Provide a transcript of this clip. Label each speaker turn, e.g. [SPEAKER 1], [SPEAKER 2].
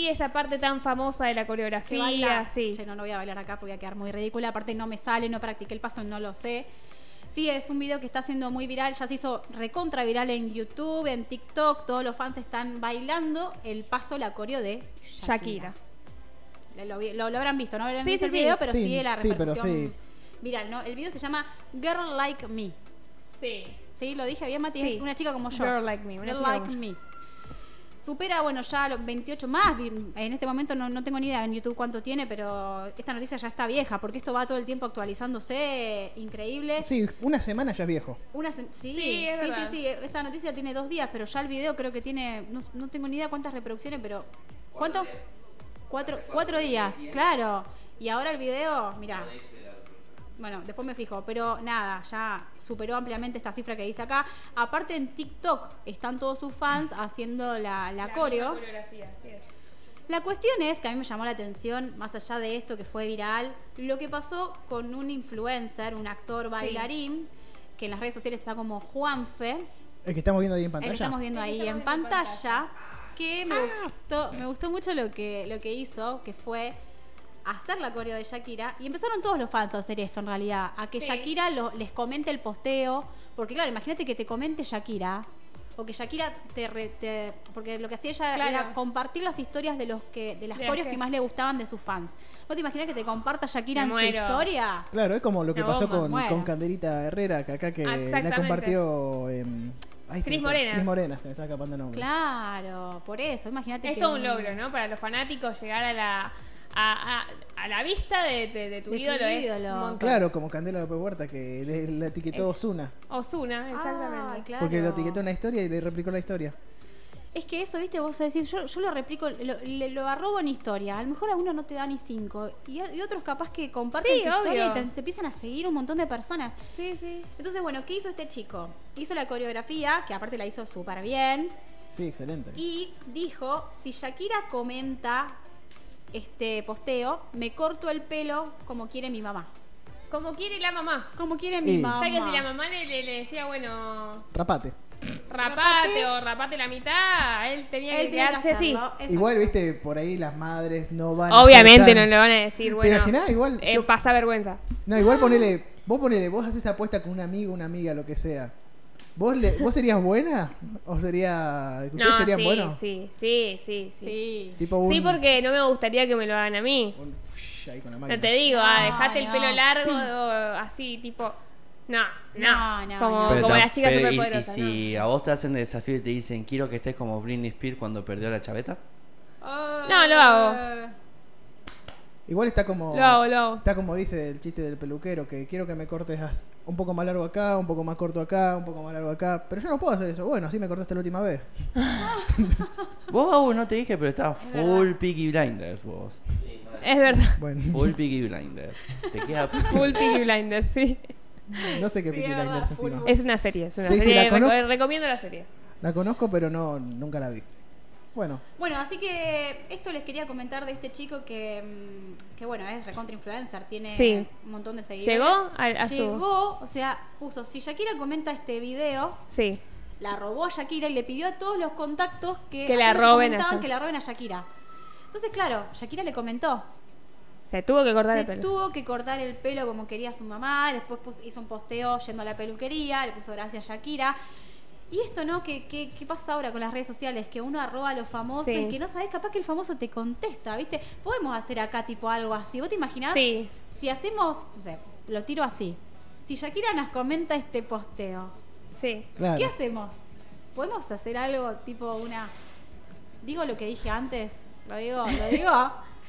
[SPEAKER 1] Y esa parte tan famosa de la
[SPEAKER 2] que
[SPEAKER 1] coreografía,
[SPEAKER 2] baila.
[SPEAKER 1] sí.
[SPEAKER 2] Che, no, no voy a bailar acá porque voy a quedar muy ridícula. Aparte no me sale, no practiqué el paso, no lo sé. Sí, es un video que está siendo muy viral, ya se hizo recontra viral en YouTube, en TikTok, todos los fans están bailando el paso, la coreo de Shakira.
[SPEAKER 1] Shakira.
[SPEAKER 2] Lo, vi- lo- lo habrán visto, no habrán
[SPEAKER 1] Sí, sí,
[SPEAKER 2] visto el
[SPEAKER 1] sí.
[SPEAKER 2] video, pero sí,
[SPEAKER 3] Sí,
[SPEAKER 2] la
[SPEAKER 3] sí, pero
[SPEAKER 2] repercusión
[SPEAKER 3] sí.
[SPEAKER 2] viral, ¿no? El video se llama Girl Like Me.
[SPEAKER 1] Sí.
[SPEAKER 2] Sí, lo dije bien, Mati,
[SPEAKER 1] Sí.
[SPEAKER 2] es una chica como yo.
[SPEAKER 1] Girl like me, una
[SPEAKER 2] Girl
[SPEAKER 1] chica
[SPEAKER 2] like
[SPEAKER 1] como yo.
[SPEAKER 2] me. Supera, bueno, ya los 28 más. vi- En este momento no, no tengo ni idea en YouTube cuánto tiene, pero esta noticia ya está vieja, porque esto va todo el tiempo actualizándose, increíble.
[SPEAKER 3] Sí, una semana ya es viejo.
[SPEAKER 2] Una sem- sí, sí,
[SPEAKER 1] Sí, es
[SPEAKER 2] sí,
[SPEAKER 1] verdad.
[SPEAKER 2] sí, esta noticia tiene dos días, pero ya el video creo que tiene, no, no tengo ni idea cuántas reproducciones, pero ¿cuánto? Cuatro, cuatro días, claro. Y ahora el video, mira. Bueno, después me fijo, pero nada, ya superó ampliamente esta cifra que dice acá. Aparte en TikTok están todos sus fans haciendo la, la coreo. Este La cuestión es que a mí me llamó la atención, más allá de esto que fue viral, lo que pasó con un influencer, un actor bailarín, que en las redes sociales está como Juanfe,
[SPEAKER 3] El que estamos viendo ahí en
[SPEAKER 2] el que
[SPEAKER 3] pantalla.
[SPEAKER 2] Eh,
[SPEAKER 3] Ah.
[SPEAKER 2] estamos viendo
[SPEAKER 1] El que
[SPEAKER 2] ahí
[SPEAKER 1] estamos
[SPEAKER 2] en
[SPEAKER 1] viendo en
[SPEAKER 2] pantalla, que me gustó, me gustó mucho lo que, lo que hizo, que fue hacer la coreo de Shakira. Y empezaron todos los fans a hacer esto en realidad, a que
[SPEAKER 1] Sí.
[SPEAKER 2] Shakira lo- les comente el posteo. Porque claro, imagínate que te comente Shakira. O que Shakira te, re- te- porque lo que hacía ella
[SPEAKER 1] Claro.
[SPEAKER 2] era compartir las historias de los que de las
[SPEAKER 1] De las
[SPEAKER 2] coreos
[SPEAKER 1] que-
[SPEAKER 2] que más le gustaban de sus fans. ¿Vos te imaginas que te comparta
[SPEAKER 1] Me
[SPEAKER 2] Shakira en su
[SPEAKER 1] muero.
[SPEAKER 2] historia?
[SPEAKER 3] Claro, es como lo que
[SPEAKER 1] Una
[SPEAKER 3] pasó
[SPEAKER 1] bomba,
[SPEAKER 3] con,
[SPEAKER 2] bueno. Ah,
[SPEAKER 3] con Candelita Herrera, que acá que la
[SPEAKER 1] Exactamente.
[SPEAKER 3] compartió. em, ay, se
[SPEAKER 1] Cris
[SPEAKER 3] me está-
[SPEAKER 1] Morena.
[SPEAKER 3] Cris Morena, se me está escapando el nombre.
[SPEAKER 2] Claro, por eso, imagínate
[SPEAKER 1] Es
[SPEAKER 2] que
[SPEAKER 1] todo un logro, ¿no? Para los fanáticos llegar a la, a, a- a la vista de, de- de tu
[SPEAKER 2] De tu
[SPEAKER 1] ídolo.
[SPEAKER 2] ídolo.
[SPEAKER 3] Claro, como Candela López Huerta, que le, la etiquetó Osuna.
[SPEAKER 1] Osuna, exactamente.
[SPEAKER 2] Ay, Ah, claro.
[SPEAKER 3] Porque lo etiquetó en la historia y le replicó la historia.
[SPEAKER 2] Es que eso, viste, vos decís, yo, yo lo replico, lo, le- lo arrobo en historia. A lo mejor a uno no te da ni cinco. Y, a- y otros capaz que comparten
[SPEAKER 1] Sí,
[SPEAKER 2] tu historia y
[SPEAKER 1] obvio.
[SPEAKER 2] te- se empiezan a seguir un montón de personas.
[SPEAKER 1] Sí, sí.
[SPEAKER 2] Entonces, bueno, ¿qué hizo este chico? Hizo la coreografía, que aparte la hizo súper bien.
[SPEAKER 3] Sí, excelente.
[SPEAKER 2] Y dijo, si Shakira comenta este posteo, me corto el pelo como quiere mi mamá.
[SPEAKER 1] Como quiere la mamá.
[SPEAKER 2] Como quiere mi
[SPEAKER 3] Y-
[SPEAKER 2] mamá.
[SPEAKER 1] O sea que si la mamá le, le- le decía, bueno,
[SPEAKER 3] Rapate.
[SPEAKER 1] rapate o rapate la mitad, él tenía
[SPEAKER 2] Él
[SPEAKER 1] que
[SPEAKER 2] tiene que
[SPEAKER 1] quedarse así.
[SPEAKER 2] hacerlo, eso.
[SPEAKER 3] Igual, viste, por ahí las madres no van a
[SPEAKER 1] Obviamente
[SPEAKER 3] ser
[SPEAKER 1] no
[SPEAKER 3] tan-
[SPEAKER 1] le van a decir,
[SPEAKER 3] ¿Te
[SPEAKER 1] bueno,
[SPEAKER 3] imaginás? Igual
[SPEAKER 1] eh,
[SPEAKER 3] yo-
[SPEAKER 1] pasa vergüenza.
[SPEAKER 3] No, igual ponele, vos ponele, vos haces apuesta con un amigo, una amiga, lo que sea. ¿Vos, le, ¿vos serías buena? ¿O sería... ¿Ustedes
[SPEAKER 1] No,
[SPEAKER 3] serían
[SPEAKER 1] sí,
[SPEAKER 3] buenos?
[SPEAKER 1] sí, sí, sí, sí.
[SPEAKER 2] Sí.
[SPEAKER 3] Tipo
[SPEAKER 1] Sí,
[SPEAKER 3] un-
[SPEAKER 1] porque no me gustaría que me lo hagan a mí.
[SPEAKER 3] un- ahí con la
[SPEAKER 1] No
[SPEAKER 3] máquina.
[SPEAKER 1] te digo, ah, dejate
[SPEAKER 2] no.
[SPEAKER 1] el pelo largo o así, tipo. No, no.
[SPEAKER 2] No, no,
[SPEAKER 1] como
[SPEAKER 2] no.
[SPEAKER 1] como
[SPEAKER 4] tam-
[SPEAKER 1] las chicas
[SPEAKER 4] pero y-
[SPEAKER 1] superpoderosas.
[SPEAKER 4] Y, si a vos te hacen el desafío y te dicen, quiero que estés como Britney Spears cuando perdió la chaveta.
[SPEAKER 2] Oh.
[SPEAKER 1] No, lo hago.
[SPEAKER 3] Igual está como...
[SPEAKER 1] no. Lo hago, lo hago.
[SPEAKER 3] Está como dice el chiste del peluquero, que quiero que me cortes as- un poco más largo acá, un poco más corto acá, un poco más largo acá. Pero yo no puedo hacer eso. Bueno, así me cortaste la última vez.
[SPEAKER 4] Vos, Babu, no te dije, pero estabas full Peaky Blinders, vos.
[SPEAKER 1] Es verdad.
[SPEAKER 3] Bueno,
[SPEAKER 4] Full Peaky Blinders. Te queda...
[SPEAKER 1] Full Peaky Blinders, sí.
[SPEAKER 3] no sé qué Peaky
[SPEAKER 2] es verdad,
[SPEAKER 3] Blinders
[SPEAKER 2] full
[SPEAKER 3] encima.
[SPEAKER 1] Es una serie, es una
[SPEAKER 3] Sí, sí,
[SPEAKER 1] serie.
[SPEAKER 3] la
[SPEAKER 1] reco-
[SPEAKER 3] conozco.
[SPEAKER 1] recomiendo la serie.
[SPEAKER 3] La conozco, pero no, nunca la vi. Bueno,
[SPEAKER 2] Bueno, así que esto les quería comentar de este chico que, mm, que bueno, es recontra influencer, tiene
[SPEAKER 1] Sí.
[SPEAKER 2] un montón de seguidores.
[SPEAKER 1] Llegó a- a su-
[SPEAKER 2] Llegó, o sea, puso, si Shakira comenta este video,
[SPEAKER 1] Sí.
[SPEAKER 2] la robó a Shakira y le pidió a todos los contactos que,
[SPEAKER 1] Que la
[SPEAKER 2] a todos los que
[SPEAKER 1] roben a
[SPEAKER 2] comentaban
[SPEAKER 1] Shak-
[SPEAKER 2] que la roben a Shakira. Entonces, claro, Shakira le comentó.
[SPEAKER 1] Se tuvo que cortar
[SPEAKER 2] Se
[SPEAKER 1] el pelo.
[SPEAKER 2] tuvo que cortar el pelo como quería su mamá, después pus- hizo un posteo yendo a la peluquería, le puso gracias Shakira. Y esto, ¿no? ¿Qué, qué, qué pasa ahora con las redes sociales? Que uno arroba a los famosos
[SPEAKER 1] Sí.
[SPEAKER 2] y que no sabes, capaz que el famoso te contesta, ¿viste? Podemos hacer acá tipo algo así. ¿Vos te imaginás?
[SPEAKER 1] Sí.
[SPEAKER 2] Si hacemos, no sé, lo tiro así. Si Shakira nos comenta este posteo,
[SPEAKER 1] Sí.
[SPEAKER 3] claro.
[SPEAKER 2] ¿qué hacemos? ¿Podemos hacer algo tipo una... Digo lo que dije antes, lo digo, lo digo.